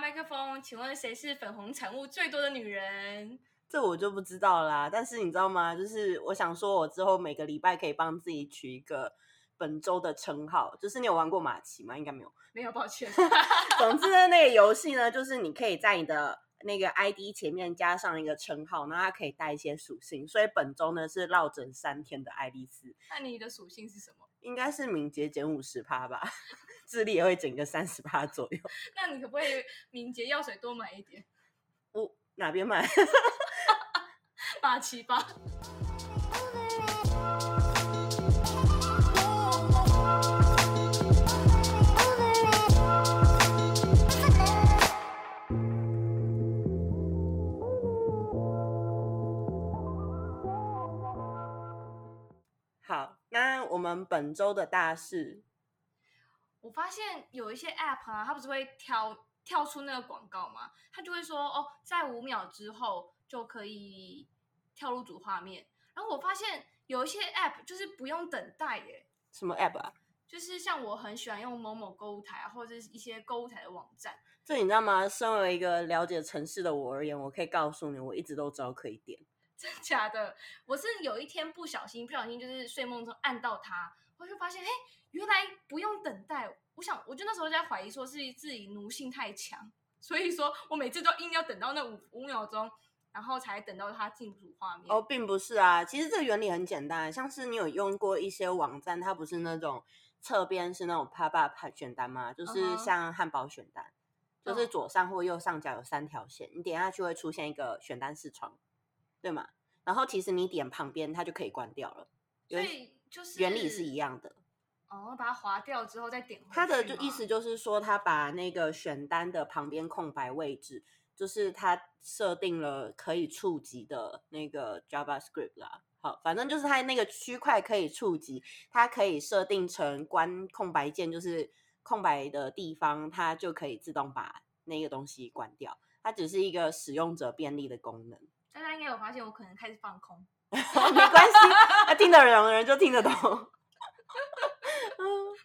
麦克风，请问谁是粉红产物最多的女人？ 这我就不知道啦。但是你知道吗？就是我想说，我之后每个礼拜可以帮自己取一个本周的称号。就是你有玩过马奇吗？应该没有。没有，抱歉。 总之呢，那个游戏呢，就是你可以在你的那个 ID 前面加上一个称号，然后它可以带一些属性。所以本周呢是落枕三天的爱丽丝，那你的属性是什么？应该是敏捷减五十趴吧， 智力也会减个三十趴左右。那你可不可以敏捷药水多买一点？ 我哪边买？ 八七八。好，那我们本周的大事，我发现有一些 app 啊，它不是会跳跳出那个广告吗？它就会说哦，在五秒之后就可以跳入主画面。然后我发现有一些 app 就是不用等待耶，什么 app 啊？就是像我很喜欢用某某购物台啊，或者是一些购物台的网站，这你知道吗？身为一个了解城市的我而言，我可以告诉你，我一直都知道可以点。真 假的？我是有一天不小心，不小心就是睡梦中按到它，我就发现，嘿，原来不用等待。我想，我就那时候在怀疑，说是自己奴性太强，所以说我每次都硬要等到那五五秒钟，然后才等到它进入画面。哦，并不是啊，其实这个原理很简单，啊像是你有用过一些网站，它不是那种侧边是那种 pop up 选单吗？就嗯是哼像汉堡选单，就是嗯左上或右上角有三条线，你点下去会出现一个选单视窗，对吗？然后其实你点旁边，它就可以关掉了，所原以就是原理是一样的。哦，把它划掉之后再点回去它吗。的就意思就是说，它把那个选单的旁边空白位置，就是它设定了可以触及的那个 JavaScript 啦。好，反正就是它那个区块可以触及，它可以设定成关空白键，就是空白的地方，它就可以自动把那个东西关掉。它只是一个使用者便利的功能， 大家应该有发现，我可能开始放空。没关系，啊、听得懂的人就听得懂。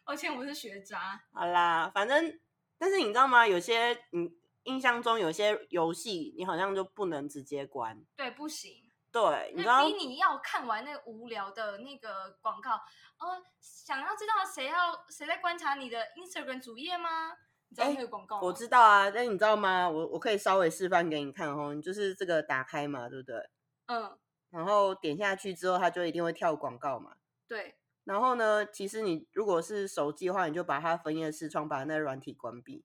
而且我是学渣，好啦，反正但是你知道吗？有些你印象中有些游戏，你好像就不能直接关。对，不行。对，你知那道逼你要看完那个无聊的那个广告，哦，想要知道谁要谁在观察你的 Instagram 主页吗？你知道哎那个广告吗？我知道啊，但你知道吗？我我可以稍微示范给你看哦。你就是这个打开嘛，对不对？嗯，然后点下去之后，它就一定会跳广告嘛。对，然后呢，其实你如果是手机的话，你就把它分页视窗，把那软体关闭。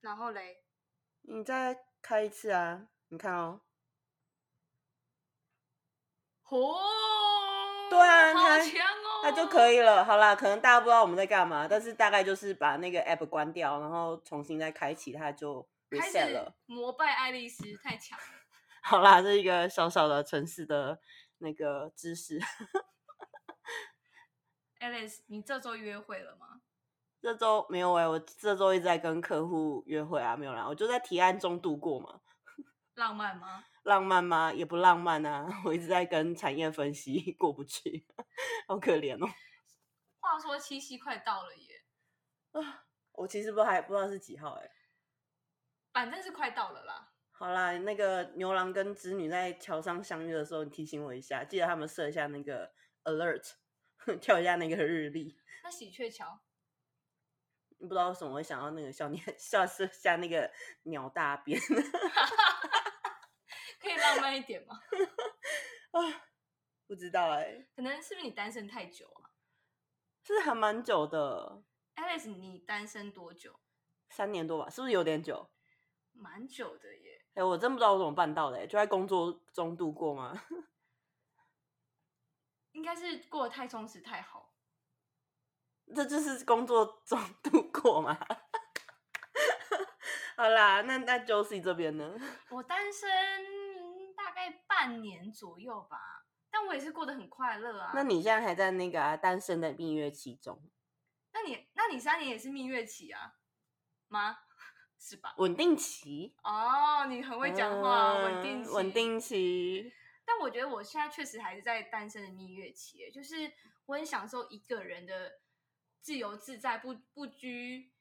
然后嘞，你再开一次啊，你看哦。哦，对啊好它强哦，那就可以了。好啦，可能大家不知道我们在干嘛，但是大概就是把那个 app 关掉，然后重新再开启，它就开 reset 始了。膜拜爱丽丝，太强了。好啦，这是一个小小的城市的那个知识。 Alice，你这周约会了吗？这周没有哎、我这周一直在跟客户约会啊，没有啦，我就在提案中度过嘛。浪漫吗？浪漫吗？也不浪漫啊， 我一直在跟产业分析过不去， 好可怜哦。话说七夕快到了耶，我其实不还不知道是几号哎、反正是快到了啦。好啦，那个牛郎跟织女在桥上相遇的时候，你提醒我一下，记得他们设一下那个 alert，跳一 下那个日历。那喜鹊桥， 你不知道为什么会想到那个笑鸟 笑是下那个鸟大便 可以浪漫一点吗？啊？不知道哎、可能是不是你单身太久啊是还蛮久的， ？Alice，你单身多久？啊三年多吧，是不是有点久？蛮久的耶。哎、我真不知道我怎么办到的、欸，就在工作中度过吗？ 应该是过得太充实太好。这就是工作中度过嘛。 好啦，那那 Josie 这边呢？我单身大概半年左右吧，但我也是过得很快乐啊。那你现在还在那个、啊、单身的蜜月期中，那你那你三年也是蜜月期啊？吗？ 是吧？稳定期，哦，你很会讲话，啊嗯稳定期稳。定期，但我觉得我现在确实还是在单身的蜜月期耶，就是我很享受一个人的自由自在，不不拘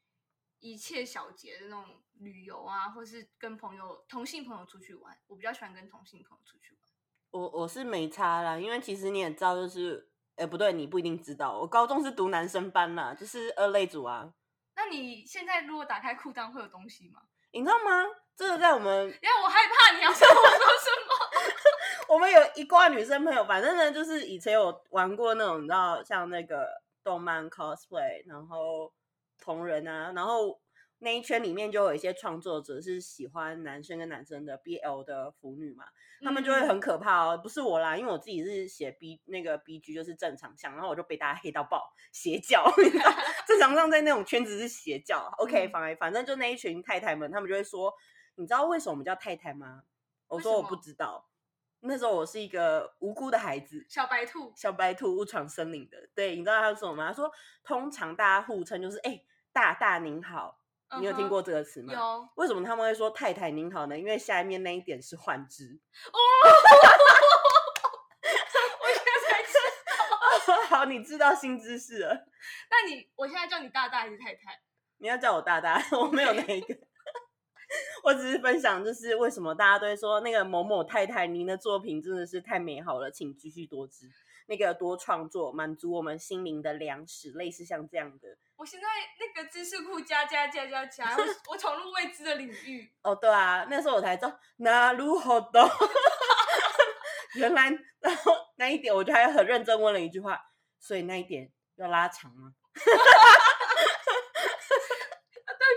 一一切小节的那种旅游啊，或是跟朋友同性朋友出去玩，我比较喜欢跟同性朋友出去玩。我我是没差啦，因为其实你也知道，就是，哎、不对，你不一定知道，我高中是读男生班啦，就是二类组啊，那你现在如果打开裤裆会有东西吗？你知道吗？这个在我们因为我害怕你要说我说什么。我们有一挂女生朋友，反正呢，就是以前有玩过那种，你知道，像那个动漫 cosplay，然后同人啊，然后那一圈里面就有一些创作者是喜欢男生跟男生的 BL 的腐女嘛，他们就嗯会很可怕哦。不是我啦，因为我自己是写 B 那个 BG 就是正常向，然后我就被大家黑到爆，邪教，你知道，正常上在那种圈子是邪教。OK，嗯反、反正就那一群太太们，他们就会说，你知道为什么我们叫太太吗？我为说什我不么知道。那时候我是一个无辜的孩子，小白兔，小白兔误闯森林的。对，你知道他说什么吗？他说通常大家互称就是哎、大大您好，你有听过这个词嗯吗？哼？有， 为什么他们会说太太您好呢？因为下面那一点是换之。我现在才知道。 好，你知道新知识了。那你我现在叫你大大还是太太？你要叫我大 大，我没有那一个。我只是分享，就是为什么大家都会说那个某某太太，您的作品真的是太美好了，请继续多知，那个多创作，满足我们心灵的粮食，类似像这样的。我现在那个知识库加加加加加，我我闯入未知的领域。哦，对啊，那时候我才知道，那如何的， 原来，然后那一点，我就还很认真问了一句话，所以那一点要拉长吗？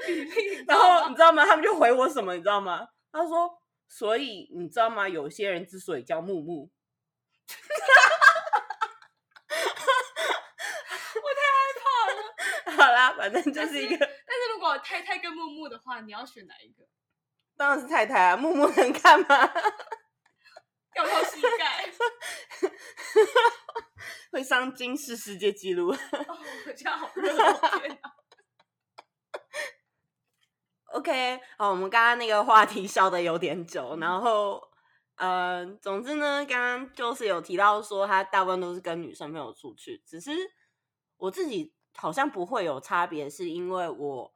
对比例， 你知然道后吗你知道吗？他们就回我什么？你知道吗？他说，所以你知道吗？有些人之所以叫木木， 好啦，反正就但是一是个，但是如果太太跟木木的话，你要选哪一个？ 当然是太太啊，木木能看吗？掉到膝盖， 会上金氏世界纪录。哦，我现在好热哦，天哪 OK，好，我们刚刚那个话题烧的有点久，然后，呃，总之呢，刚刚就是有提到说，他大部分都是跟女生朋友出去，只是我自己好像不会有差别，是因为我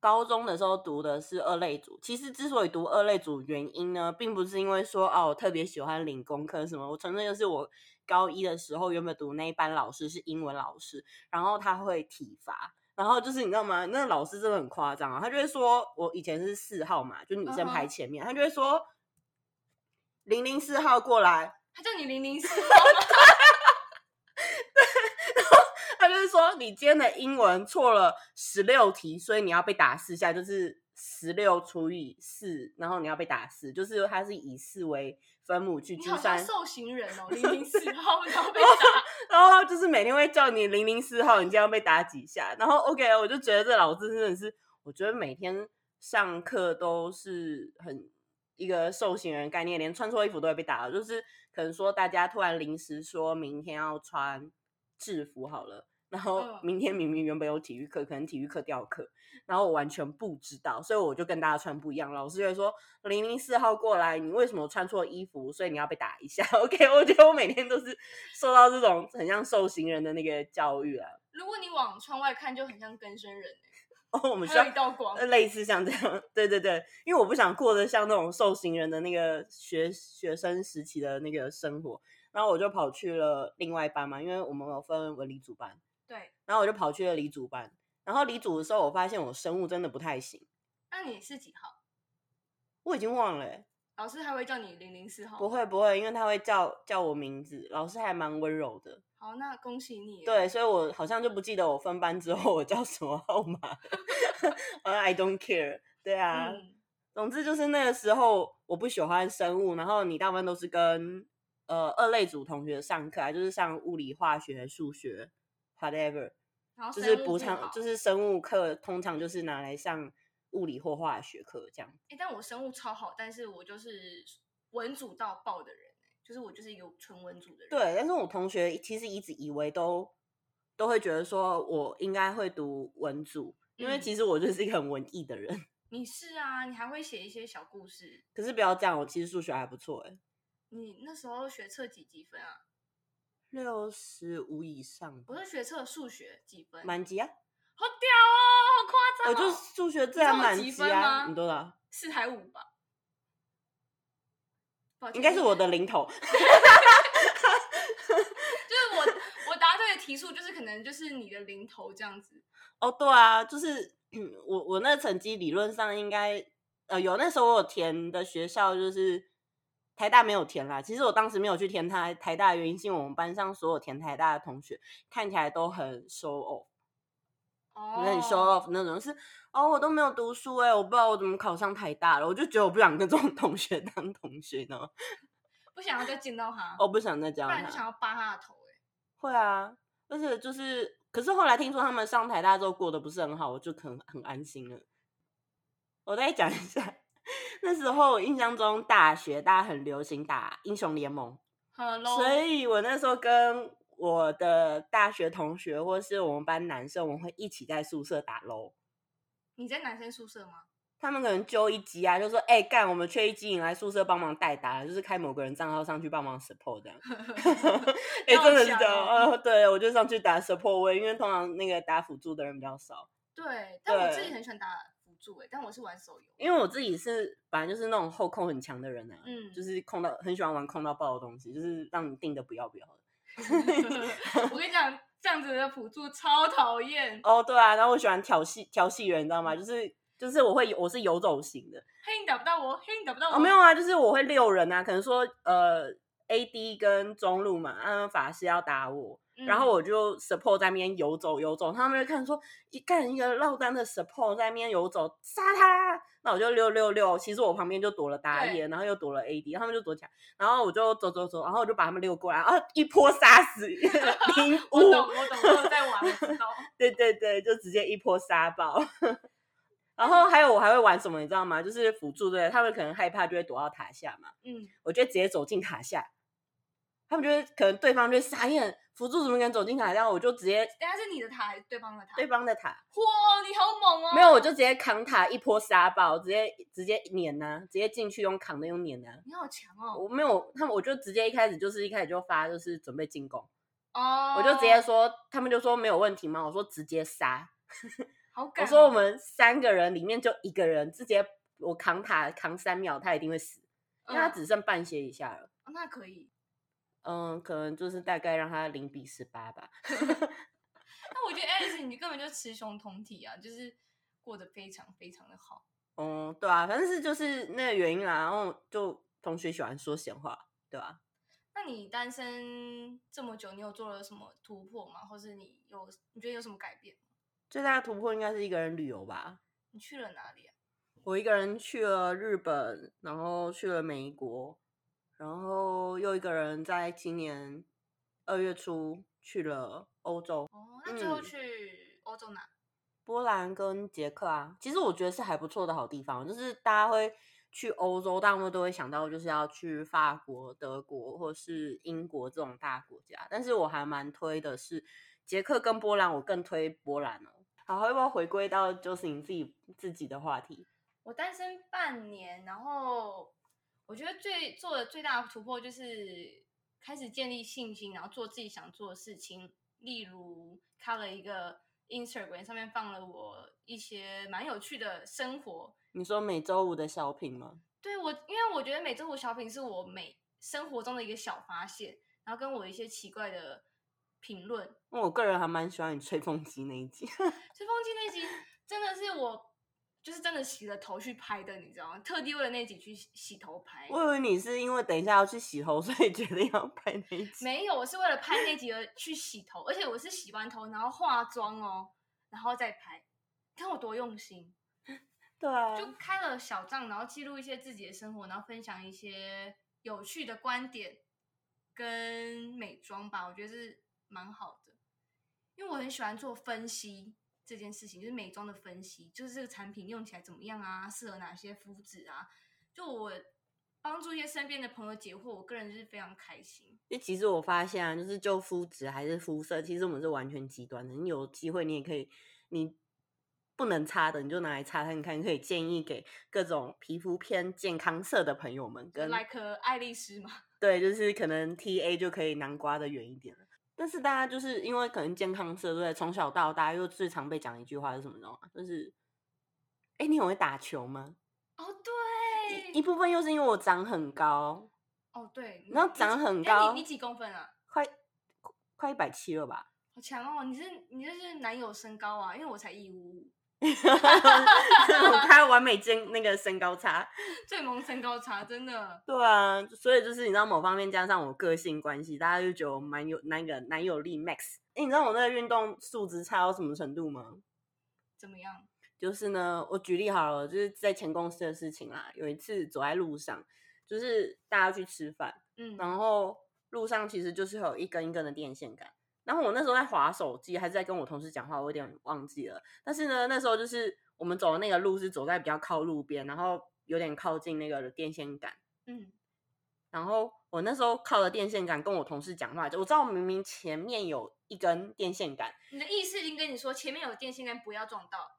高中的时候读的是二类组。其实之所以读二类组，原因呢，并不是因为说哦，我特别喜欢理工科什么，我纯粹就是我高一的时候原本读那一班老师是英文老师，然后他会体罚。然后就是你知道吗？那个老师真的很夸张啊，他就会说，我以前是四号嘛，就女生嗯排哼前面他就会说零零四号过来， 他叫你零零 四，他就是说你今天的英文错了十六题，所以你要被打四下，就是十六除以四，然后你要被打四，就是它是以四为分母去你计好像算，受刑人哦，零零四号， 然后被打。然后就是每天会叫你零零四号，你今天要被打几下，然后 OK，我就觉得这老师真的是，我觉得每天上课都是很。一个受刑人概念，连穿错衣服都会被打，就是可能说大家突然临时说明天要穿制服好了，然后嗯明天明明原本有体育课，可能体育课掉课，然后我完全不知道，所以我就跟大家穿不一样。老师就会说零零四号过来，你为什么穿错衣服？所以你要被打一下。OK，我觉 得我每天都是受到这种很像受刑人的那个教育啊。 如果你往窗外看，就很像更生人，欸哦，我们需还要有一道光呃。类似像这样， 对对对，因为我不想过得像那种受刑人的那个学学生时期的那个生活，然后我就跑去了另外一班嘛，因为我们有分文理组班。对，然后我就跑去了理组班。然后理组的时候，我发现我生物真的不太行，那你是几号？我已经忘了欸、老师还会叫你零零四号吗。不会不会，因为他会叫叫我名字，老师还蛮温柔的。好，那恭喜你。对，，所以我好像就不记得我分班之后我叫什么号码 了，好像 I don't care。对啊，嗯，总之就是那个时候我不喜欢生物，然后你大部分都是跟呃二类组同学上课啊，就是上物理、化学、数学，whatever。然后就哦生是物补不偿，好就是生物课通常就是拿来上物理或化学课这样。欸，但我生物超好，但是我就是文组到爆的人、欸，就是我就是一个纯文组的人。，对，但是我同学其实一直以为都都会觉得说我应该会读文组，因为嗯其实我就是一个很文艺的人。 你是啊，你还会写一些小故事。可是不要这样，我其实数学还不错欸诶、你那时候学测几几分啊？六十五以上吧，我是学测数学几分，满级啊！好屌哦，好夸这我样好就数学自你然知道我满几级分啊，吗你多少？四还五吧？抱歉应该是我的零头。就是我我答对的题数就是可能就是你的零头这样子。哦，对啊，就是我我那成绩理论上应该呃有，那时候我有填的学校就是台大没有填啦。其实我当时没有去填台台大的原因，是因为我们班上所有填台大的同学看起来都很 show off，哦就，是很 show off 那种是哦我都没有读书哎、我不知道我怎么考上台大了，我就觉得我不想跟这种同学当同学呢，不想要再见到他，哦我不想再不讲然就他。想要扒他的头、欸。会啊，而且就是，可是后来听说他们上台大之后过得不是很好，我就很很安心了。我再讲一下，那时候我印象中大学大家很流行打英雄联盟，很 low。所以我那时候跟我的大学同学或是我们班男生，我们会一起在宿舍打 LO。你在男生宿舍 吗？他们可能揪一集啊，就说：“哎、干，我们缺一集，你来宿舍帮忙代打，就是开某个人账号上去帮忙 support 这样。” 哎、好真的是强这样，哦呃，对我就上去打 support 位，因为通常那个打辅助的人比较少。对，但我自己对很喜欢打辅助、欸，哎，但我是玩手游。因为我自己是反正就是那种后控很强的人啊，嗯，就是控到很喜欢玩控到爆的东西，就是让你定的不要不要的。 我跟你讲，这样子的辅助超讨厌，哦，对啊，然后我喜欢调戏调戏人，你知道吗？就是就是我会我是游走型的，嘿，你打不到我，嘿，你打不到我，哦，没有啊，就是我会六人啊，可能说呃 AD 跟中路嘛，啊法师要打我，嗯，然后我就 support 在那边游走游走，他们就看说一干一个落单的 support 在那边游走，杀他！那我就六六六，其实我旁边就躲了打野，然后又躲了 AD，他们就躲起来，然后我就走走走，然后我就把他们溜过来，啊一波杀 死零我五懂，，我懂，我有在玩，我知 道。对对对，就直接一波杀爆。 然后还有我还会玩什么，你知道吗？就是辅助对，他们可能害怕就会躲到塔下嘛，嗯，我就直接走进塔下，他们就会可能对方就会傻眼，辅助怎么可能走进塔下？我就直接等下是你的塔还是对方的塔？对方的塔，哇，你好猛哦！没有，我就直接扛塔一波杀爆，直接直接碾呐、直接进去用扛的用碾呐、你好强哦！我没有，他们我就直接一开始就是一开始就发就是准备进攻，哦，我就直接说，他们就说没有问题吗？我说直接杀，好敢哦。我说我们三个人里面就一个人直接我扛塔扛三秒，他一定会死，因为他嗯只剩半血以下了。哦那可以。嗯，可能就是大概让他零比十八吧。那我觉得 Alice 你根本就雌雄同体啊，就是过得非常非常的好。嗯，对啊，反正是就是那个原因啦。然后就同学喜欢说闲话，对吧、那你单身这么久，你有做了什么突破吗？或是你有你觉得有什么改变？最大的突破应该是一个人旅游吧。你去了哪里啊？我一个人去了日本，然后去了美国，然后又一个人在今年二月初去了欧洲，哦，那最后嗯去欧洲哪？波兰跟捷克啊。其实我觉得是还不错的好地方，就是大家会去欧洲，大部分都会想到就是要去法国、德国或是英国这种大国家。但是我还蛮推的是捷克跟波兰，我更推波兰哦。好，要不要回归到就是你自己自己的话题？我单身半年，然后我觉得最做的最大的突破就是开始建立信心，然后做自己想做的事情。例如，开了一个 Instagram，上面放了我一些蛮有趣的生活。你说每周五的小品吗？对我，因为我觉得每周五小品是我每生活中的一个小发现，然后跟我一些奇怪的评论。因为我个人还蛮喜欢你吹风机那一集，吹风机那集真的是我。就是真的洗了头去拍的，你知道吗？特地为了那集去洗洗头拍。 我以为你是因为等一下要去洗头，所以决定要拍那一集。没有，我是为了拍那集而去洗头，而且我是洗完头然后化妆哦，然后再拍。你看我多用心，对啊，就开了小账，然后记录一些自己的生活，然后分享一些有趣的观点跟美妆吧，我觉得是蛮好的。因为我很喜欢做分析这件事情，就是美妆的分析，就是这个产品用起来怎么样啊，适合哪些肤质啊。就我帮助一些身边的朋友解惑，我个人是非常开心。就其实我发现啊，就是就肤质还是肤色，其实我们是完全极端的。你有机会，你也可以，你不能擦的，你就拿来擦看看，可以建议给各种皮肤偏健康色的朋友们，跟 like 爱丽丝嘛，对，就是可能 T A 就可以南瓜的远一点了。但是大家就是因为可能健康色，对不对，从小到大又最常被讲一句话是什么，你知道吗？就是哎，你很会打球吗？哦，对一，部分又是因为我长很高，哦对，你然后你长几很哎高你你几公分啊？快快一百七了吧？ 好强哦！你是你这是男友身高啊，因为我才一五五，我开完美健那个身高差，最萌身高差，真的。对啊，所以就是你知道某方面加上我个性关系，大家就觉得我蛮有那个男友力 max。哎、你知道我那个运动素质差到什么程度吗？怎么样？就是呢，我举例好了，就是在前公司的事情啦。有一次走在路上，就是大家去吃饭，嗯，然后路上其实就是有一根一根的电线杆。然后我那时候在划手机，还是在跟我同事讲话，我有点忘记了。但是呢，那时候就是我们走的那个路是走在比较靠路边，然后有点靠近那个电线杆。嗯，然后我那时候靠着电线杆跟我同事讲话，就我知道明明前面有一根电线杆，你的意识已经跟你说前面有电线杆，不要撞到。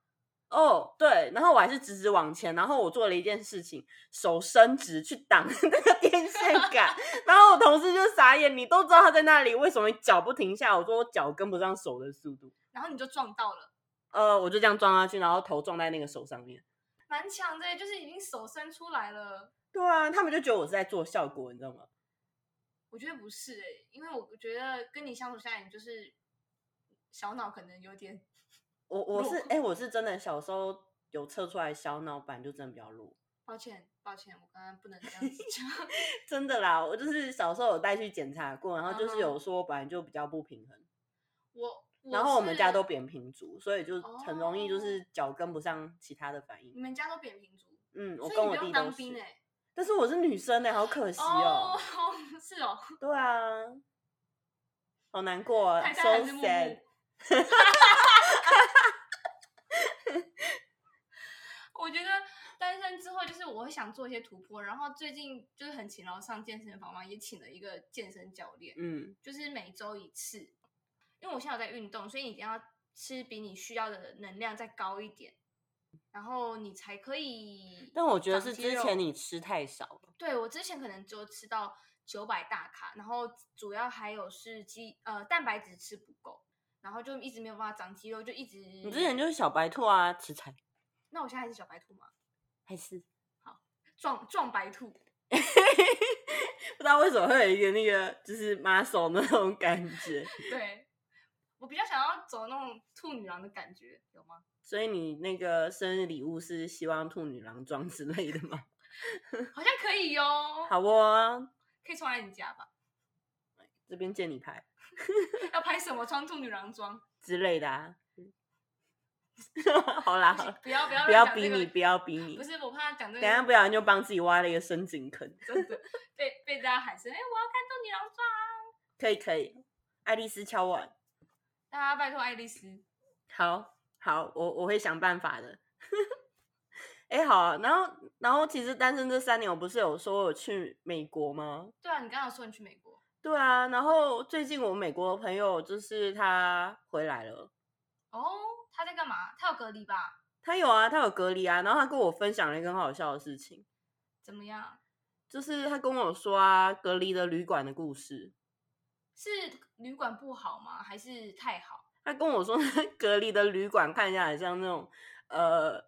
哦，对，然后我还是直直往前，然后我做了一件事情，手伸直去挡 那个电线杆，然后我同事就傻眼，你都知道他在那里，为什么你脚不停下？我说我脚跟不上手的速度，然后你就撞到了，呃，我就这样撞下去，然后头撞在那个手上面。蛮强的，欸就是已经手伸出来了。对啊，他们就觉得我是在做效果，你知道吗？我觉得不是、欸，因为我觉得跟你相处下来，你就是小脑可能有点我我弱是哎、我是真的小时候有测出来小脑板就真的比较弱。 抱歉，抱歉，我刚刚不能这样子讲。 真的啦，我就是小时候有带去检查过，然后就嗯哼是有说本来就比较不平衡，我，我然后我们是家哦都，扁平足，所以就很容易就是脚跟不上其他的反你应。们家都扁平足，嗯，我所以跟你我不用弟当都兵是，哎、但是 我是女生欸呢、好可惜哦。哦， 是哦，对啊，好难过啊太，so 太还是木 sad 木。。 我觉得单身之后，就是我会想做一些突破，然后最近就是很勤劳上健身房嘛，也请了一个健身教练，嗯，就是每周一次。因为我现在有在运动，所以你一定要吃比你需要的能量再高一点，然后你才可以。但我觉得长是肌之肉前你吃太少了。对我之前可能就吃到九百大卡，然后主要还有是肌呃蛋白质吃不够，然后就一直没有办法长肌肉，就一直。你你之前就是小白兔啊，吃菜那我现在还是小白兔吗？还是壮壮白兔，不知道为什么会有一个那个就是 muscle 那种感觉，对我比较想要走那种兔女郎的感觉，有吗？所以你那个生日礼物是希望兔女郎装之类的吗？ 好像可以哟，好哦，可以穿来你家吧？这边借你拍要拍什么穿兔女郎装？之类的啊。 好啦，嗯不行好啦，不要不要不要讲这逼个你，不要逼你不，是我怕讲这等个，一下不然就帮自己挖了一个深井坑。真的被被大家喊声，哎、我要看兔女郎装，可以可以，爱丽丝敲碗，大家拜托爱丽丝。好好，我我会想办法的。 哎、好、啊，然后然后其实单身这三年，我不是有说我去美国吗？对啊，你刚刚有说你去美国，对啊，然后最近我美国的朋友就是他回来了。哦，他在干嘛？他有隔离吧？他有啊，他有隔离啊，然后他跟我分享了一个很好笑的事情，怎么样？就是他跟我说啊，隔离的旅馆的故事。是旅馆不好吗？还是太好？他跟我说， 隔离的旅馆看起来很像那种呃，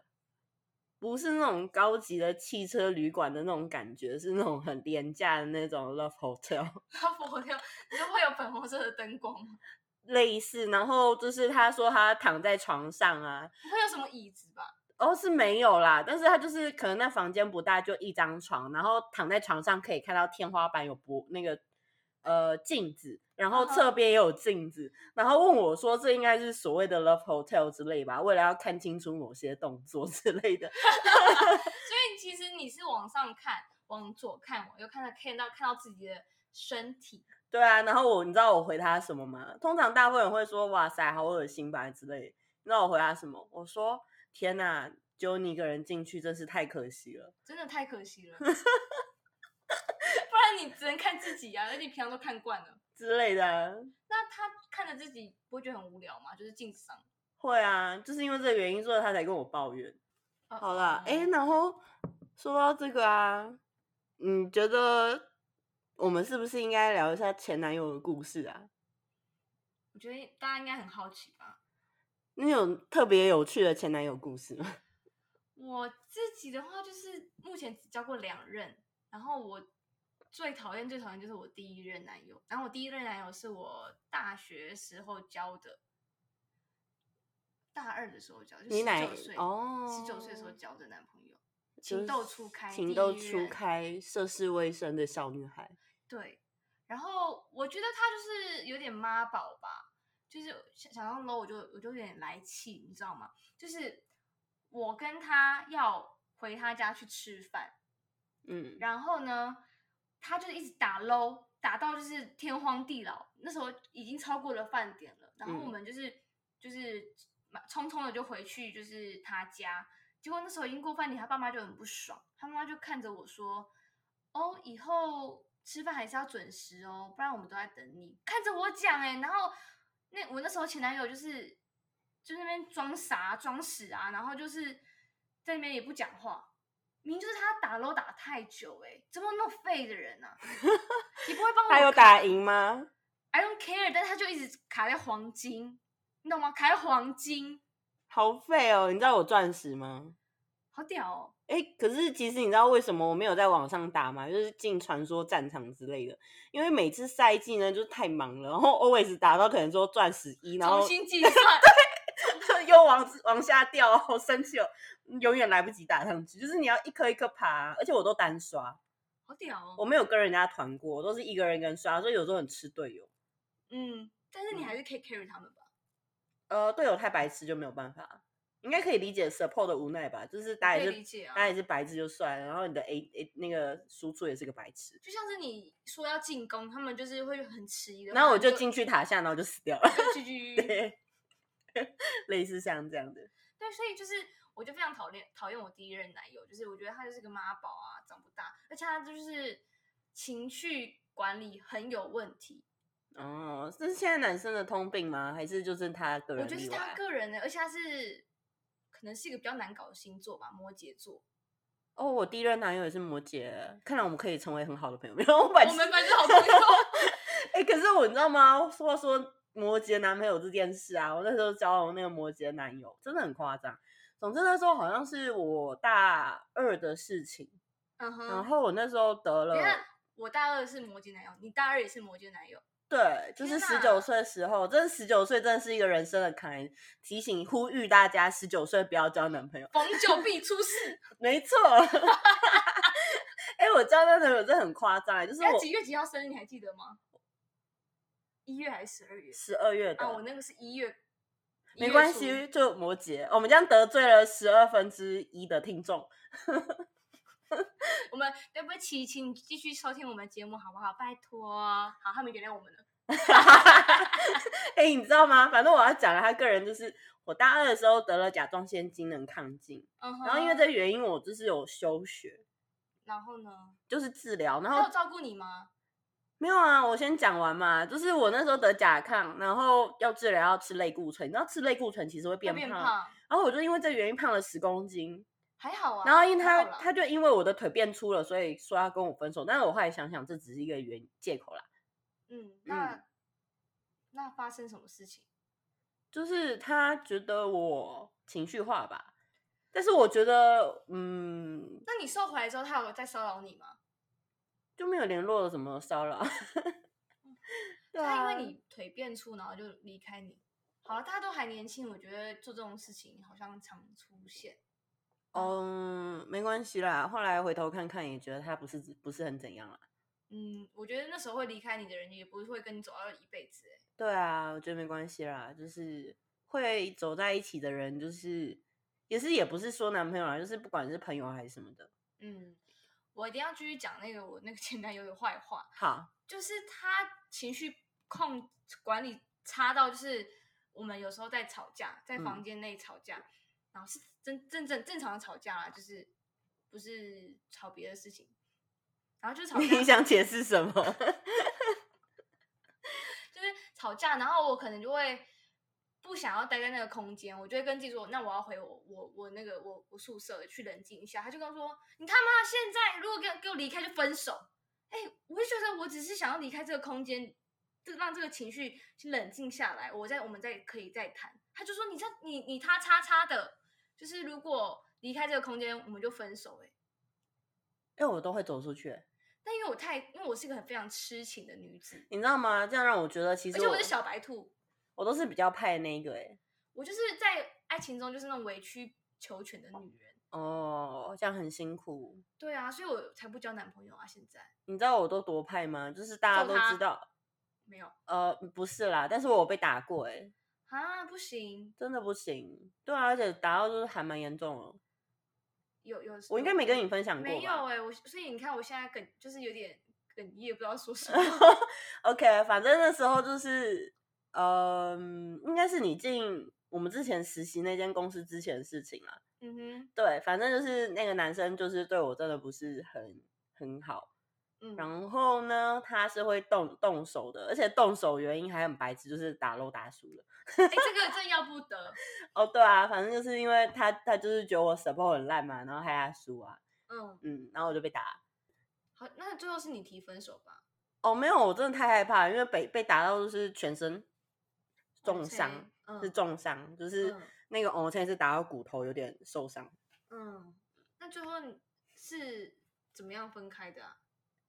不是那种高级的汽车旅馆的那种感觉，是那种很廉价的那种 love hotel 他佛跳，你就会有粉红色的灯光吗？类似。然后就是他说他躺在床上啊，不会有什么椅子吧？哦是没有啦，但是他就是可能那房间不大，就一张床，然后躺在床上可以看到天花板有玻那个呃镜子，然后嗯哼侧边也有镜子，然后问我说这应该是所谓的 love hotel 之类吧，为了要看清楚某些动作之类的，所以其实你是往上看，往左看，往右看，看到看到自己的身体。对啊，然后我你知道我回他什么吗？通常大部分人会说哇塞好恶心吧之类的，你知道我回他什么？我说天哪，只有你一个人进去真是太可惜了。真的太可 惜了，不然你只能看自己呀、啊而且你平常都看惯了。之类的啊，那他看着自己不会觉得很无聊吗？就是镜子上。会啊，就是因为这个原因，所以他才跟我抱怨。呃好啦，哎、哦然后说到这个啊，你觉得我们是不是应该聊一下前男友的故事啊？我觉得大家应该很好奇吧。你有特别有趣的前男友故事吗？ 我自己的话就是目前只交过两任，然后我最讨厌最讨厌就是我第一任男友，然后我第一任男友是我大学时候交的，大二的时候交，就你十哪九岁，哦十九岁的时候交的男朋友，就情窦是初开，情第窦一初任开、涉世未深的小女孩。对，然后我觉得他就是有点妈宝吧，就是想想要 low，我就我就有点来气，你知道吗？就是我跟他要回他家去吃饭，嗯，然后呢，他就一直打 low，打到就是天荒地老。那时候已经超过了饭点了，然后我嗯们就是、就是马匆匆的就回去就是他家。结果那时候已经过饭点，他爸妈就很不爽，他妈妈就看着我说：“哦，以后吃饭还是要准时哦，不然我们都在等你。”看着我讲哎、然后那我那时候前男友就是就那边装傻装死啊，然后就是在那边也不讲话，明明就是他打 low 打太久、欸，哎，怎么那么废的人啊？ 你不会帮我？她有打赢吗？ ？I don't care，但他就一直卡在黄金，你懂吗？卡在黄金，好废哦！你知道我钻石吗？好屌哦！哎、可是其实你知道为什么我没有在网上打吗？就是进传说战场之类的，因为每次赛季呢就是太忙了，然后 always 打到可能说钻石一，然重后新计算， 又往往下掉，好生气哦，永远来不及打上去。就是你要一颗一颗爬，啊而且我都单刷，好屌哦！我没有跟人家团过，我都是一个人跟刷，所以有时候很吃队友。嗯，但是你还是可以 carry 他们吧？呃，队友太白痴就没有办法，应该可以理解 support 的无奈吧，就是大家我可也以理是解啊大。家也是白痴就算了，然后你的 A A 那个输出也是个白痴，就像是你说要进攻，他们就是会很迟疑的。然后我就进，去塔下，然后就死掉了， 就去去。对，类似像这样的，对，所以就是我就非常讨厌讨厌我第一任男友，就是我觉得他就是个妈宝啊，长不大，而且他就是情绪管理很有问题。哦，这是现在男生的通病吗？还是就是他个我人觉得是例他外？啊个人的，而且他是可能是一个比较难搞的星座吧，摩羯座。哦，我第一任男友也是摩羯，看来我们可以成为很好的朋友。然后我本我们本来是好朋 友，哎、可是我你知道吗？话说摩羯男朋友这件事啊，我那时候交往那个摩羯男友真的很夸张。总之那时候好像是我大二的事情，嗯哼。然后我那时候得了你，看，我大二是摩羯男友，你大二也是摩羯男友，对，就是天十哪九岁的时候，真的十九岁真的是一个人生的坎。提醒呼吁大家，十九岁不要交男朋友。逢九必出 事。没错，哎、我交男朋友真的很夸张、欸就是那我几月几号生日你还记得吗？一月还是十二月？十二月的，啊，我那个是一月。一没月关初系，就摩羯，我们这样得罪了十二分之一的听众。我们对不起，请继续收听我们节目好不好？拜托，好，他们原谅我们了。哎、你知道吗？反正我要讲了，他个人就是我大二的时候得了甲状腺机能亢进，嗯哼。然后因为这，个原因，我就是有休学，然后呢？就是治疗，然他有后照顾你吗？没有啊，我先讲完嘛，就是我那时候得甲亢，然后要治疗要吃类固醇，你知道吃类固醇其实会有变变胖，然后我就因为这个原因胖了十公斤，还好啊。然后因为还他好啦他就因为我的腿变粗了，所以说要跟我分手，但是我后来想想，这只是一个原借口啦。嗯，那、那发生什么事情？就是他觉得我情绪化吧，但是我觉得，嗯，那你瘦回来之后，他有在骚扰你吗？就没有联络了什么骚扰。 对啊，他因为你腿变粗，然后就离开你。好了，大家都还年轻，我觉得做这种事情好像常出现。嗯，没关系啦。后来回头看看，也觉得他不是不是很怎样啦。嗯，我觉得那时候会离开你的人，也不会跟你走到一辈子、欸。对啊，我觉得没关系啦，就是会走在一起的人，就是也是也不是说男朋友啦，就是不管是朋友还是什么的。嗯，我一定要继续讲那个我那个前男友的坏话。好， 就是他情绪控管理差到，就是我们有时候在吵架，在房嗯间内吵架，然后是真正正正常的吵架啦，就是不是吵别的事情，然后就 吵你架，想解释什么？ 就是吵架，然后我可能就会不想要待在那个空间，我就会跟自己说，那我要回我我我那个我我宿舍去冷静一下。他就跟我说，你他妈现在如果给我给我离开就分手。哎、我就觉得我只是想要离开这个空间，就让这个情绪先冷静下来，我再我们再可以再谈。他就说你这你你他叉叉的，就是如果离开这个空间，我们就分手、欸。哎，因为我都会走出去，欸但因为我太，因为我是一个很非常痴情的女子，你知道吗？这样让我觉得其而实且我我是小白兔，我都是比较派那一个哎。我就是在爱情中就是那种委曲求全的女人。哦，这样很辛苦。对啊，所以我才不交男朋友啊！现在你知道我都多派吗？就是大家揍都他知道，没有呃，不是啦，但是我有被打过哎、啊，不行，真的不行。对啊，而且打到就是还蛮严重的。有有，我应该没跟你分享过吧？没有哎、我所以你看我现在哽就是有点哽咽，不知道说什么。 OK，反正那时候就是，嗯、应该是你进我们之前实习那间公司之前的事情啦。嗯哼，对，反正就是那个男生就是对我真的不是很很好。嗯，然后呢，他是会动动手的，而且动手原因还很白痴，就是打漏打输了。哎、这个真要不得，哦，对啊，反正就是因为他他就是觉得我 support 很烂嘛，然后害他输啊，嗯，嗯，然后我就被打。好，那最后是你提分手吧。哦，没有，我真的太害怕了，因为被被打到就是全身重 OK，伤。嗯是重伤，就是嗯那个哦，现在是打到骨头有点受伤。嗯，那最后你是怎么样分开的啊？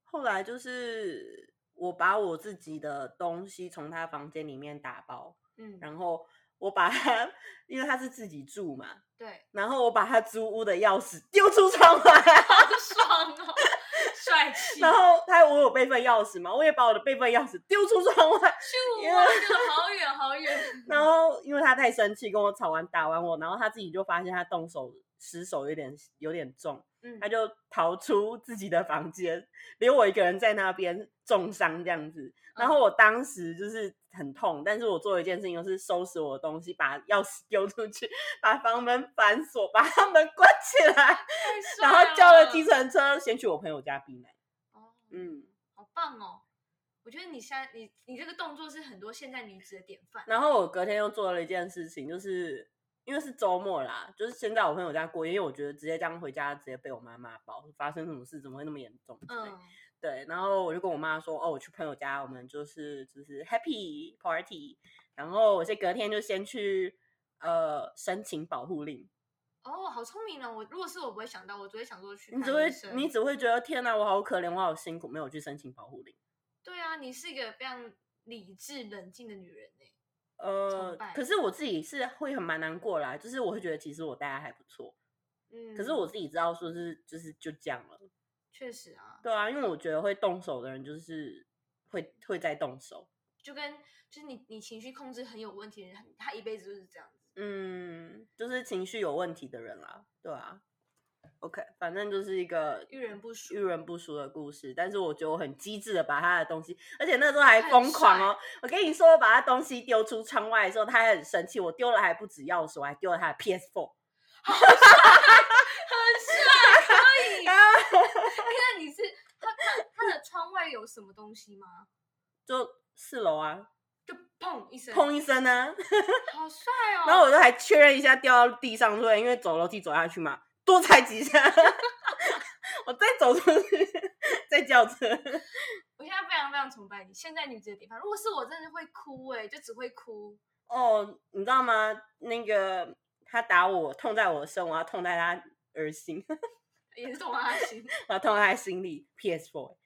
后来就是我把我自己的东西从他房间里面打包，嗯，然后我把他，因为他是自己住嘛，对，然后我把他租屋的钥匙丢出窗外，好爽哦， 帅气， 然后他我有备份钥匙嘛，我也把我的备份钥匙丢出窗外，咻因哇，为丢得好远好远。然后因为他太生气，跟我吵完打完我，然后他自己就发现他动手失手有点有点重。嗯他就逃出自己的房间，留我一个人在那边重伤这样子。然后我当时就是很痛，但是我做了一件事情，就是收拾我的东西，把钥匙丢出去，把房门反锁，把他们关起来，太 然帅后叫了计了程车，先去我朋友家避难。哦，哦嗯，好棒哦！我觉得你现在你你这个动作是很多现代女子的典范。然后我隔天又做了一件事情，就是。因为是周末啦，就是先在我朋友家过夜，因为我觉得直接这样回家，直接被我妈骂爆，发生什么事怎么会那么严重？嗯，嗯，对，然后我就跟我妈说，哦，我去朋友家，我们就是就是 happy party，然后我是隔天就先去呃申请保护令，哦，好聪明哦！我如果是我不会想到，我只会想说去你看只会医生你只会觉得天哪，我好可怜，我好辛苦，没有去申请保护令。对啊，你是一个非常理智冷静的女人呢。呃崇拜，可是我自己是会很蛮难过啦，就是我会觉得其实我大家还不错，嗯，可是我自己知道说是就是就这样了，确实啊，对啊，因为我觉得会动手的人就是会会再动手，就跟就是你你情绪控制很有问题的人，很他一辈子就是这样子。嗯，就是情绪有问题的人啦，对啊。OK，反正就是一个遇人不淑遇人不淑的故事，但是我觉得我很机智的把他的东西，而且那时候还疯狂哦。我跟你说，我把他东西丢出窗外的时候，他还很生气，我丢了还不止钥匙，我还丢了他的 PS4。很帅，可以。 那你是他他他的窗外有什么东西吗？就四楼啊，就砰一声，砰一声呢、哦啊，好帅哦！然后我就还确认一下掉到地上对，因为走楼梯走下去嘛，多踩几下， 我再走出去， 再叫车。我现在非常非常崇拜你，现代女子的典范。如果是我，真的会哭哎、就只会哭。哦，你知道吗？那个他打我，痛在我的身，我要痛在他耳心， 也是懂阿星，我要痛在他心里。PS4，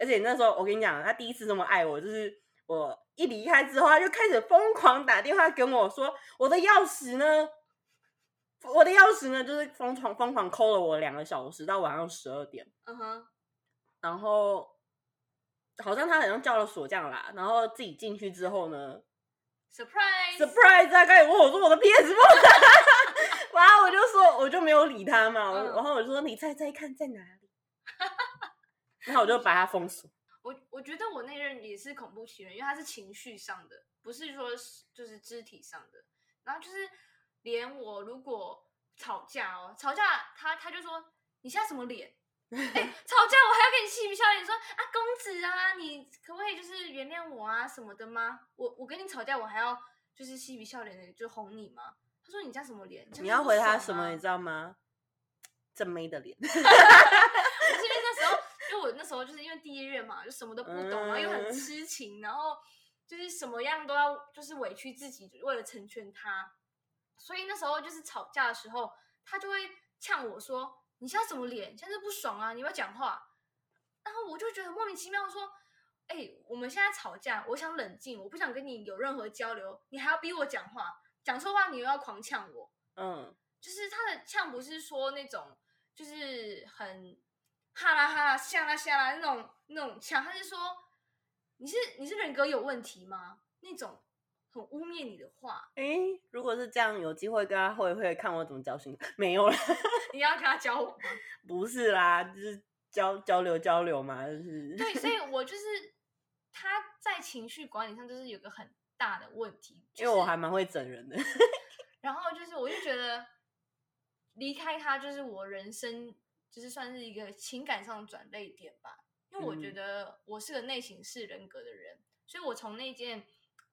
而且那时候我跟你讲，他第一次这么爱我，就是我一离开之后，他就开始疯狂打电话跟我说，我的钥匙呢？我的钥匙呢？就是疯狂疯狂抠了我两个小时，到晚上十二点。 嗯哼，然后好像他好像叫了锁匠啦，然后自己进去之后呢， ，surprise， surprise 啊！开始问我说我的 PS 4 然后我就说我就没有理他嘛，我嗯然后我就说你猜猜看在哪里，然后我就把他封锁。我我觉得我那任也是恐怖情人，因为他是情绪上的，不是说是就是肢体上的。然后就是连我如果吵架哦，吵架他他就说你现在什么脸？ 哎、吵架我还要跟你嬉皮笑脸说啊，公子啊，你可不可以就是原谅我啊什么的吗？我我跟你吵架，我还要就是嬉皮笑脸的就哄你吗？他说你叫什么脸？你要回他什么么？你知道吗？正妹的脸，可是因为那时候，因为我那时候就是因为第一任嘛，就什么都不懂，然后又很痴情，然后就是什么样都要就是委屈自己，为了成全他。所以那时候就是吵架的时候，他就会呛我说：“你现在怎么脸？现在不爽啊？你要不要讲话。”然后我就觉得很莫名其妙，说：“哎、我们现在吵架，我想冷静，我不想跟你有任何交流，你还要逼我讲话，讲错话你又要狂呛我。”嗯，就是他的呛不是说那种就是很哈啦哈啦下啦下啦那种那种呛，他是说你是你是人格有问题吗？那种很污蔑你的话，诶、如果是这样，有机会跟他会会看我怎么教训他。 没有啦， 你要跟他交往吗？不是啦，就是交交流交流嘛，就是 对，所以我就是他在情绪管理上就是有个很大的问题，就因为我是还蛮会整人的。 然后就是我就觉得离开他就是我人生就是算是一个情感上的转捩点吧，因为我觉嗯得我是个内省式人格的人，所以我从那件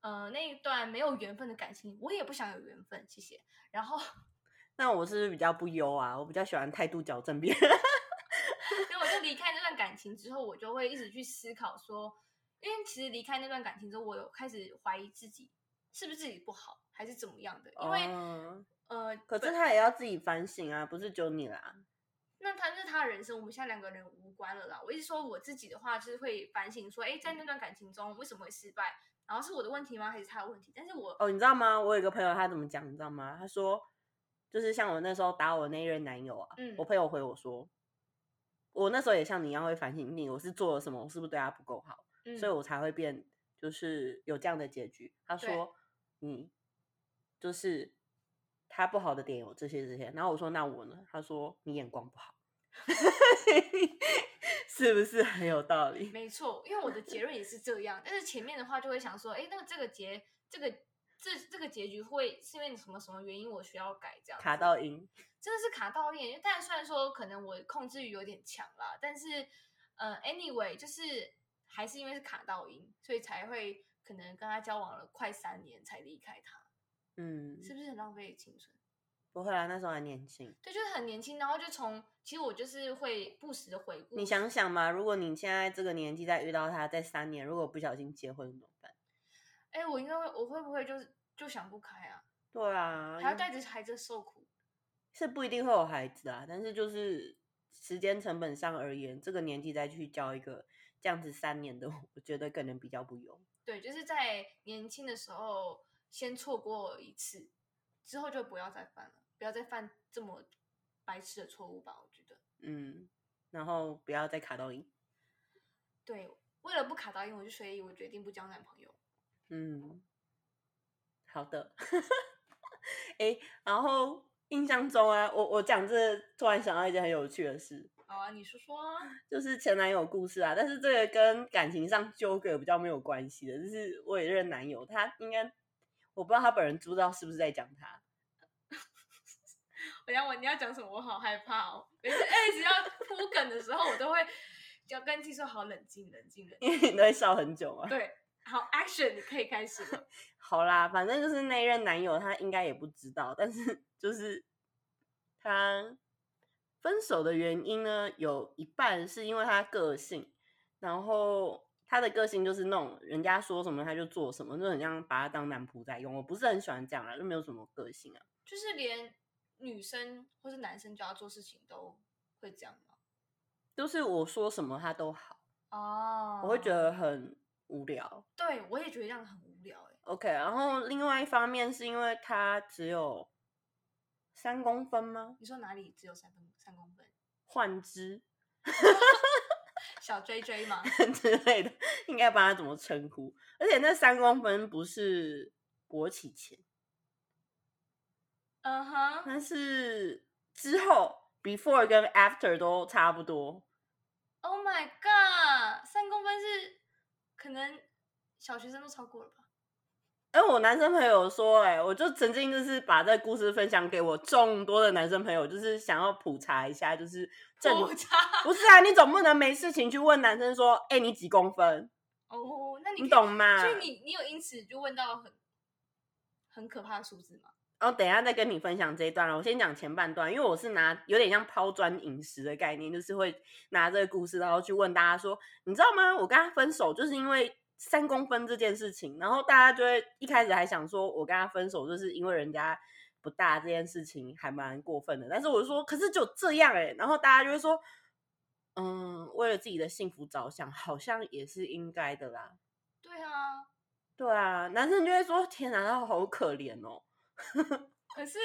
呃那一段没有缘分的感情，我也不想有缘分，谢谢。然后 那我是比较不优啊，我比较喜欢态度矫正别人。所以我就离开那段感情之后，我就会一直去思考说，因为其实离开那段感情之后，我有开始怀疑自己是不是自己不好，还是怎么样的，因为、哦呃，可本是他也要自己反省啊，不是只有你啦。那他那是他的人生，我们现在两个人无关了啦。我一直说我自己的话，就是会反省说，哎，在嗯那段感情中为什么会失败？然后是我的问题吗？还是他的问题？但是我，哦，你知道吗？我有一个朋友，他怎么讲，你知道吗？他说，就是像我那时候打我那一任男友啊，嗯我朋友回我说，我那时候也像你一样会反省你，我是做了什么，我是不是对他不够好，嗯，所以我才会变，就是有这样的结局。他对说，你就是他不好的点有这些这些，然后我说那我呢？他说你眼光不好， 是不是很有道理？没错，因为我的结论也是这样。但是前面的话就会想说，哎，那这个结，这个这这个结局会是因为什么什么原因，我需要改这样子。卡到音，真的是卡到一点。但虽然说可能我控制欲有点强啦，但是呃，anyway，就是还是因为是卡到音，所以才会可能跟他交往了快三年才离开他，嗯，是不是很浪费青春？不会啊啦，那时候还年轻。对，就是很年轻，然后就从其实我就是会不时的回顾，你想想嘛，如果你现在这个年纪再遇到他，在三年，如果不小心结婚怎么办？哎，我应该会，我会不会就是就想不开啊？对啊，还要带着孩子受苦，是不一定会有孩子啊，但是就是时间成本上而言，这个年纪再去交一个这样子三年的， 我觉得可能比较不优。对，就是在年轻的时候先错过一次，之后就不要再犯了，不要再犯这么白痴的错误吧，我觉得。嗯，然后不要再卡到音。对，为了不卡到音，我就所以我决定不交男朋友。嗯，好的。 诶，然后印象中啊，我我讲这突然想到一件很有趣的事，好啊，你说说啊。就是前男友故事啊，但是这个跟感情上纠葛比较没有关系的，就是我也认男友，他应该我不知道他本人知不知道是不是在讲他， 等一下我你要讲什么？我好害怕哦。每次哎，只要铺梗的时候，我都会要跟自己说好冷静，冷静，冷静。因为你都会笑很久嘛。对，好 action，你可以开始了。好啦，反正就是那一任男友他应该也不知道，但是就是他分手的原因呢，有一半是因为他个性，然后他的个性就是那种人家说什么他就做什么，就很像把他当男仆在用。我不是很喜欢这样啦，就没有什么个性啊。就是连女生或是男生就要做事情都会这样吗？就是我说什么他都好，哦我会觉，得很无聊。对我也觉得这样很无聊哎、 OK，然后另外一方面是因为他只有三公分吗？你说哪里只有三分三公分？换肢 小追追吗？之类的，应该帮他怎么称呼？而且那三公分不是勃起前，嗯哼，那是之后 before 跟 after 都差不多。 Oh my god！三公分是可能小学生都超过了吧？哎，我男生朋友说、哎，我就曾经就是把这个故事分享给我众多的男生朋友，就是想要普查一下，就是正我差 不是啊，你总不能没事情去问男生说，哎、你几公分？哦， 那你你可以懂吗？所以你你有因此就问到很很可怕的数字吗？然后等一下再跟你分享这一段了。我先讲前半段，因为我是拿有点像抛砖引石的概念，就是会拿这个故事，然后去问大家说，你知道吗？我跟他分手就是因为三公分这件事情，然后大家就会一开始还想说我跟他分手就是因为人家不大这件事情还蛮过分的。但是我就说，可是就这样哎、然后大家就会说，嗯，为了自己的幸福着想，好像也是应该的啦。对啊，对啊，男生就会说，天哪，他好可怜哦。可是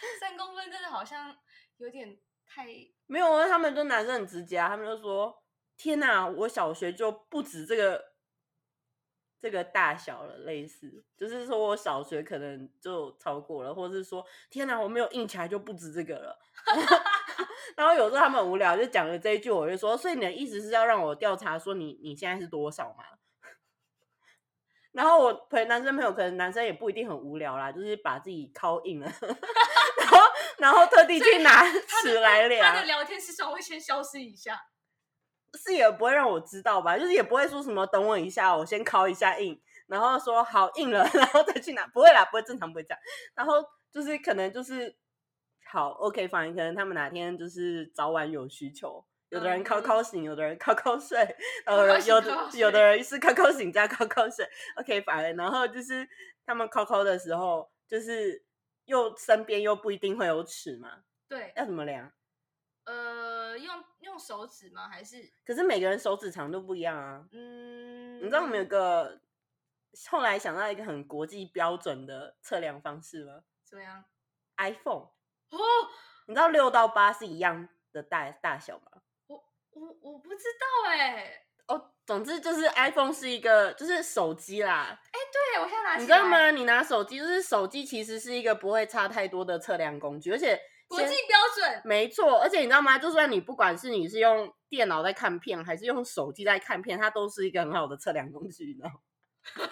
他三公分真的好像有点太没有啊，他们就男生很直接啊，他们就说：“天哪，我小学就不止这个这个大小了，类似就是说我小学可能就超过了，或是说天哪，我没有硬起来就不止这个了。” 然后有时候他们很无聊就讲了这一句，我就说：“所以你的意思是要让我调查说你你现在是多少吗？” 然后我陪男生朋友，可能男生也不一定很无聊啦，就是把自己敲硬了， 然后然后特地所以去拿他尺的来量。他的聊天时常会先消失一下。是也不会让我知道吧，就是也不会说什么等我一下，我先敲一下印，然后说好印了， 然后再去拿，不会啦，不会正常不会这样。然后就是可能就是好 OK，反正可能他们哪天就是早晚有需求，有的人敲嗯敲醒，有的人敲敲睡，敲敲呃，醒有敲的敲睡有的人是敲敲醒加敲敲睡，OK，反正然后就是他们敲敲的时候，就是又身边又不一定会有尺嘛，对，要怎么量？呃，用用手指吗？还是可是每个人手指长度不一样啊。嗯？你知道我们有个后来想到一个很国际标准的测量方式吗怎么样？ ？iPhone，哦，你知道六到八是一样的大大小吗？我我不知道哎、哦，总之就是 iPhone 是一个就是手机啦，对我现在拿起来，你知道？吗？你拿手机就是手机其实是一个不会差太多的测量工具，而且国先际标准，没错，而且你知道吗？就算你不管是你是用电脑在看片，还是用手机在看片，它都是一个很好的测量工具，你知道吗？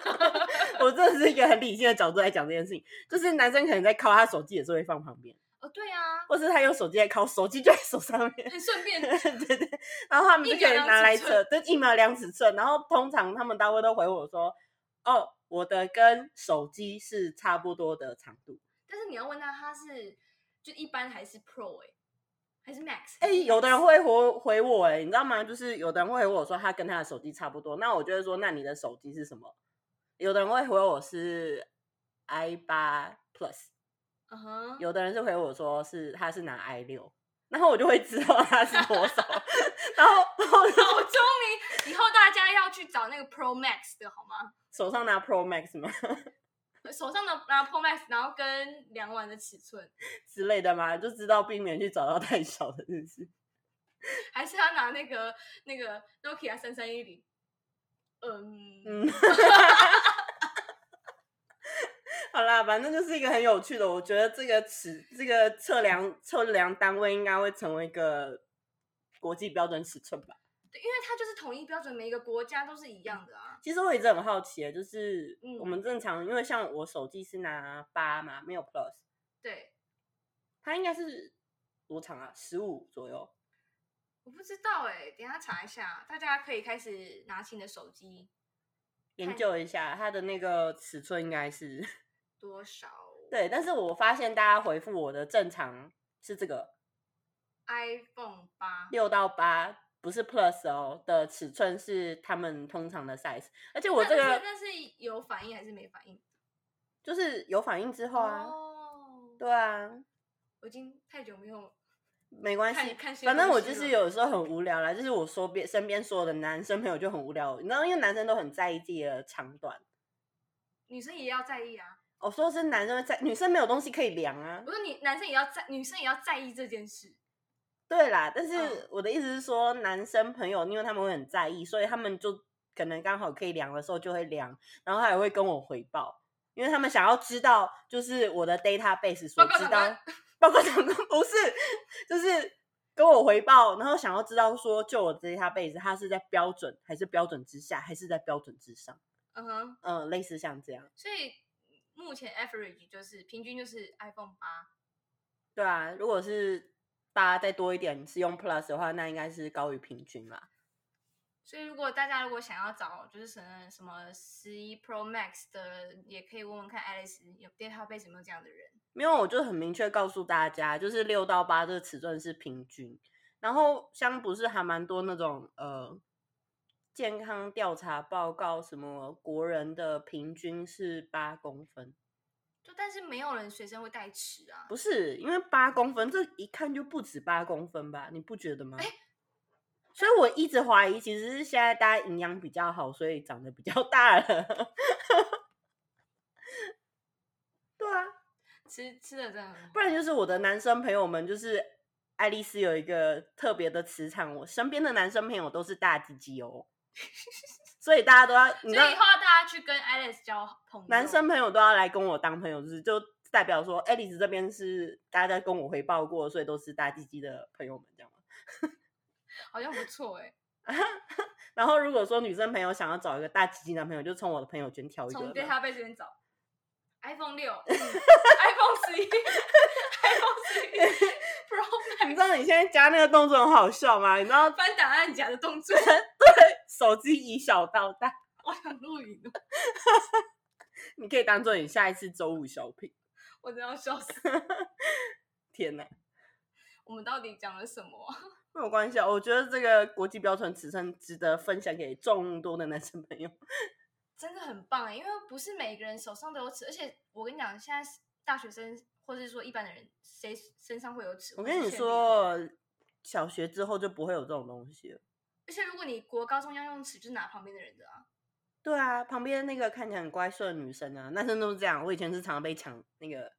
我真的是一个很理性的角度来讲这件事情，就是男生可能在靠他手机也是会放旁边，哦，对 啊，或是他用手机在靠，手机就在手上面， 很顺便对对，然后他们就一可以秒量拿来尺测，对，一秒量尺寸，然后通常他们大部分都回我说，哦，我的跟手机是差不多的长度，但是你要问他，他是就一般还是 Pro 哎、还是 Max？哎、还是有的人 Max？会回回我哎、你知道吗？就是有的人会回我说他跟他的手机差不多，那我就会说那你的手机是什么？有的人会回我是 i 八 plus，嗯哼，有的人是回我说是他是拿 i 六，然后我就会知道他是多少，然后然后好聪明！以后大家要去找那个 Pro Max 的好吗？手上拿 Pro Max 嘛手上的拿 Pro Max，然后跟量完的尺寸， 之类的嘛，就知道避免去找到太小的日子。还是他拿那个那个 Nokia 三三一零？嗯，嗯， 好啦，反正就是一个很有趣的，我觉得这个尺这个测量测量单位应该会成为一个国际标准尺寸吧。对，因为它就是统一标准，每一个国家都是一样的啊。其实我一直很好奇耶，就是嗯我们正常，因为像我手机是拿八嘛，没有 Plus，对，它应该是多长啊？十五左右。我不知道哎、等一下查一下，大家可以开始拿起你的手机研看究一下它的那个尺寸应该是 多少对，但是我发现大家回复我的正常是这个， iPhone 八。六到八不是 Plus 哦的尺寸是他们通常的 size，而且我那这那个那是有反应还是没反应？就是有反应之后啊，哦，对啊，我已经太久没有没关看系，看新反正东我西就是了有时候很无聊啦，就是我说边身边所有的男生朋友就很无聊，你知道，因为男生都很在意自己的长短。女生也要在意啊。我说的是男生会在，女生没有东西可以量啊我。说你男生也要在，女生也要在意这件事。对啦，但是嗯我的意思是说，男生朋友因为他们会很在意，所以他们就可能刚好可以量的时候就会量，然后还会跟我回报，因为他们想要知道，就是我的 database 所报告知长道官，包括长官不是，就是跟我回报，然后想要知道说，就我的 database 它是在标准还是标准之下，还是在标准之上，嗯哼，嗯、类似像这样，所以目前 average 就是平均就是 iPhone 八。对啊，如果是八再多一点是用 plus 的话，那应该是高于平均啦。所以如果大家如果想要找就是什么什么十一 Pro Max 的，也可以问问看 Alice 有 database 有没有这样的人。没有，我就很明确告诉大家，就是六到八这个尺寸是平均。然后像不是还蛮多那种呃健康调查报告，什么国人的平均是八公分，对就但是没有人随身会带尺啊。不是因为八公分，这一看就不止八公分吧？你不觉得吗？哎所以我一直怀疑，其实是现在大家营养比较好，所以长得比较大了。 对啊，吃吃的真的很好不然就是我的男生朋友们，就是爱丽丝有一个特别的磁场，我身边的男生朋友都是大鸡鸡哦，所以大家都要，所你知道以以，后大家去跟 Alice 交朋友，男生朋友都要来跟我当朋友，就是就代表说，爱丽丝这边是大家跟我回报过，所以都是大鸡鸡的朋友们这样吗。好像不错哎、然后如果说女生朋友想要找一个大鸡鸡男朋友，就从我的朋友圈挑一个从这样。 database 里面找 iPhone 六、嗯 iPhone 十一、iPhone 十一 Pro 你 Max 知道你现在加那个动作很好笑吗？你知道翻档案夹的动 作，手机以小到大，我想录影了，你可以当做你下一次周五小品。我真的要笑死。天哪！我们到底讲了什么啊？ 没有关系啊，我觉得这个国际标准尺寸值得分享给众多的男生朋友。真的很棒哎、因为不是每个人手上都有尺，而且我跟你讲，现在大学生或者说一般的人，谁身上会有尺？我或是跟你铅笔盒，说，小学之后就不会有这种东西了。而且如果你国高中要用尺，就是拿旁边的人的啊。对啊，旁边那个看起来很乖顺的女生啊，男生都是这样。我以前是常常被抢那个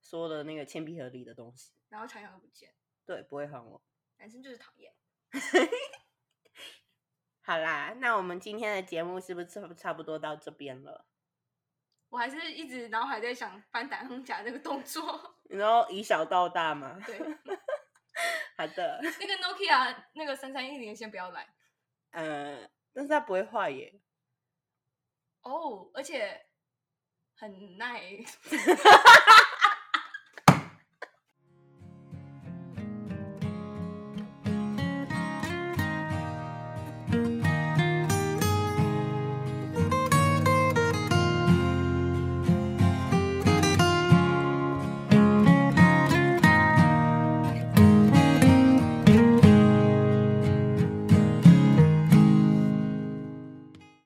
说的那个铅笔盒里的东西，然后常常都不见，对，不会还我。男生就是讨厌。好啦，那我们今天的节目是不是差不差不多到这边了？我还是一直脑海在想翻打横夹这个动作。 你知道以小到大吗？ 对，好的，那个 Nokia 那个三三一零先不要来呃，但是它不会坏耶。哦而且很耐，